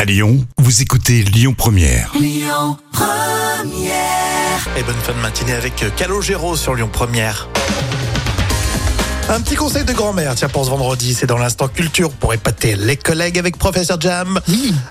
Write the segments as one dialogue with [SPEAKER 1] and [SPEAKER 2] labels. [SPEAKER 1] À Lyon, vous écoutez Lyon Première.
[SPEAKER 2] Et bonne fin de matinée avec Calogero sur Lyon Première. Un petit conseil de grand-mère, tiens, pour ce vendredi, c'est dans l'instant culture pour épater les collègues avec Professeur Jam.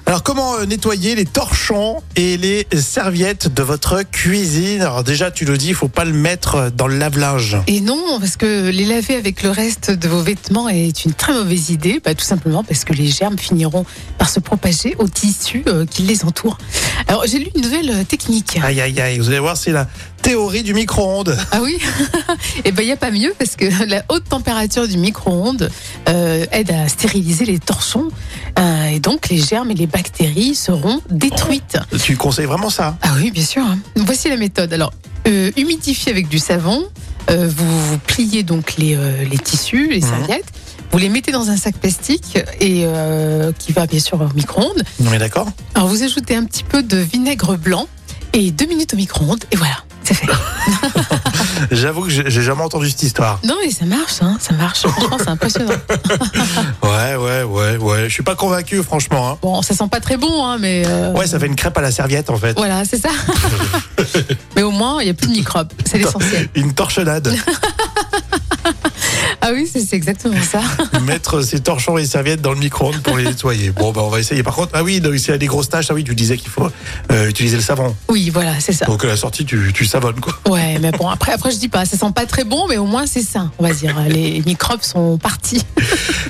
[SPEAKER 2] Alors, comment euh, nettoyer les torchons et les serviettes de votre cuisine Alors, déjà, tu le dis, il faut pas le mettre euh, dans le lave-linge.
[SPEAKER 3] Et non, parce que les laver avec le reste de vos vêtements est une très mauvaise idée, bah, tout simplement parce que les germes finiront par se propager au tissu euh, qui les entoure. Alors j'ai lu une nouvelle euh, technique.
[SPEAKER 2] Aïe, aïe, aïe, vous allez voir, c'est la théorie du micro-ondes.
[SPEAKER 3] Ah oui Et ben il n'y a pas mieux parce que la haute température du micro-ondes euh, aide à stériliser les torchons euh, et donc les germes et les bactéries seront détruites.
[SPEAKER 2] Tu conseilles vraiment ça
[SPEAKER 3] Ah oui, bien sûr. hein. Voici la méthode. Alors, euh, humidifiez avec du savon. euh, vous, vous pliez donc les, euh, les tissus, les serviettes. Vous les mettez dans un sac plastique et euh, qui va bien sûr au micro-ondes.
[SPEAKER 2] Non, mais d'accord.
[SPEAKER 3] Alors vous ajoutez un petit peu de vinaigre blanc et deux minutes au micro-ondes et voilà, c'est fait.
[SPEAKER 2] J'avoue que j'ai j'ai jamais entendu cette histoire.
[SPEAKER 3] Non mais ça marche, hein, ça marche. Franchement, c'est impressionnant.
[SPEAKER 2] Ouais, ouais, ouais, ouais. Je suis pas convaincu, franchement. hein.
[SPEAKER 3] Bon, ça sent pas très bon, hein, mais euh,
[SPEAKER 2] Ouais, ça fait une crêpe à la serviette, en fait.
[SPEAKER 3] voilà, c'est ça. mais au moins, il y a plus de microbes, c'est l'essentiel.
[SPEAKER 2] Une torchonnade.
[SPEAKER 3] Ah oui, c'est c'est exactement ça.
[SPEAKER 2] mettre ses torchons et serviettes dans le micro-ondes pour les nettoyer. Bon, ben on va essayer. Par contre, ah oui, donc, s'il y a des grosses taches, ah oui, tu disais qu'il faut euh, utiliser le savon.
[SPEAKER 3] Oui, voilà, c'est ça.
[SPEAKER 2] Donc à la sortie, tu, tu savonnes, quoi.
[SPEAKER 3] Ouais, mais bon, après, après, je dis pas, ça sent pas très bon, mais au moins, c'est ça, on va dire. Les microbes sont partis.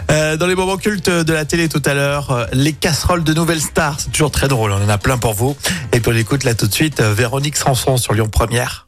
[SPEAKER 2] Euh, dans les moments cultes de la télé tout à l'heure, euh, les casseroles de nouvelles stars, c'est toujours très drôle, on en a plein pour vous. Et puis on écoute là tout de suite euh, Véronique Sanson sur Lyon Première.